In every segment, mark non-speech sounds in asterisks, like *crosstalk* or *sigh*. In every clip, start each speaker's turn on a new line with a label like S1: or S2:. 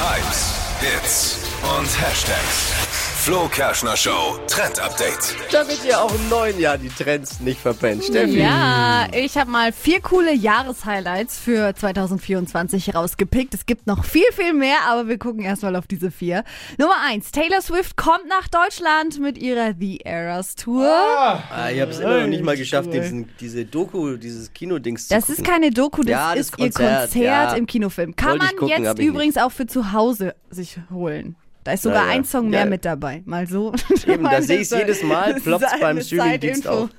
S1: Hypes, Hits und Hashtags. Flo Kerschner Show Trend Update.
S2: Damit ihr auch im neuen Jahr die Trends nicht verpennt. Steffi.
S3: Ja, ich habe mal vier coole Jahreshighlights für 2024 rausgepickt. Es gibt noch viel, viel mehr, aber wir gucken erstmal auf diese vier. Nummer eins, Taylor Swift kommt nach Deutschland mit ihrer The Eras Tour.
S2: Ah, ich habe es immer noch nicht mal geschafft, diesen, diese Doku, dieses Kinodings zu
S3: Das
S2: gucken.
S3: ist keine Doku, das,
S2: Ja, das
S3: ist ihr
S2: Konzert,
S3: Konzert
S2: ja.
S3: im Kinofilm. Kann
S2: Wollte ich
S3: man
S2: gucken, hab
S3: jetzt
S2: ich nicht.
S3: übrigens auch für zu Hause sich holen. Da ist sogar
S2: Ja, ja.
S3: ein Song mehr
S2: Ja.
S3: mit dabei. Mal so.
S2: Eben, da
S3: *laughs* mal
S2: sehe ich
S3: so.
S2: jedes Mal,
S3: Das ist
S2: ploppt's
S3: eine
S2: beim Streamingdienst
S3: Zeitinfo.
S2: auf.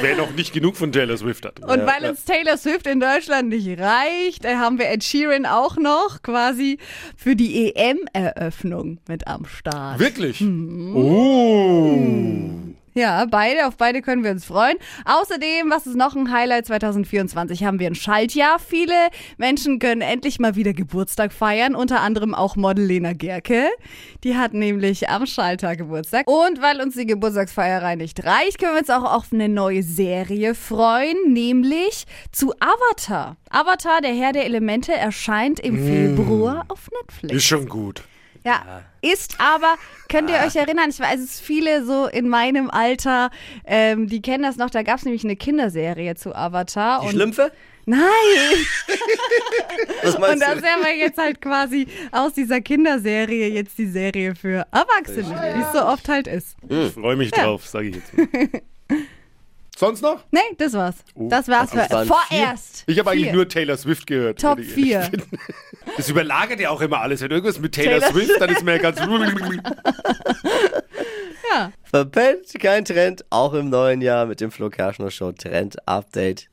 S4: Wer noch nicht genug von Taylor Swift hat.
S3: Und weil uns Taylor Swift in Deutschland nicht reicht, äh, haben wir Ed Sheeran auch noch quasi für die EM-Eröffnung mit am Start.
S4: Wirklich? Oh.
S3: Ja, beide, auf beide können wir uns freuen. Außerdem, was ist noch ein Highlight 2024? Haben wir ein Schaltjahr. Viele Menschen können endlich mal wieder Geburtstag feiern, unter anderem auch Model Lena Gerke. Die hat nämlich am Schalter Geburtstag. Und weil uns die Geburtstagsfeierei nicht reicht, können wir uns auch auf eine neue Serie freuen, nämlich zu Avatar. Avatar, der Herr der Elemente, erscheint im Februar auf Netflix.
S4: Ist schon gut.
S3: Ja, ist aber, könnt ihr euch erinnern, ich weiß, es ist viele so in meinem Alter, ähm, die kennen das noch, da gab es nämlich eine Kinderserie zu Avatar.
S2: Die
S3: und
S2: Schlümpfe?
S3: Nein!
S2: Was
S3: Und
S2: meinst
S3: da
S2: du?
S3: sehen wir jetzt halt quasi aus dieser Kinderserie jetzt die Serie für Erwachsene, wie es so oft halt ist.
S4: Ich freue mich drauf, sage ich jetzt. mal. *laughs* Sonst noch?
S3: Nee, das war's. Das war's
S2: das
S3: für,
S2: waren vier.
S3: vorerst.
S4: Ich habe eigentlich
S3: Vier.
S4: nur Taylor Swift gehört.
S3: Top
S4: wenn ich ehrlich
S3: 4.
S4: bin. Das überlagert ja auch immer alles. Wenn irgendwas mit Taylor,
S3: Taylor
S4: Swift, dann ist mir ja *laughs* ganz.
S2: Verpennt, kein Trend, auch im neuen Jahr mit dem Flo Kerschner Show Trend Update.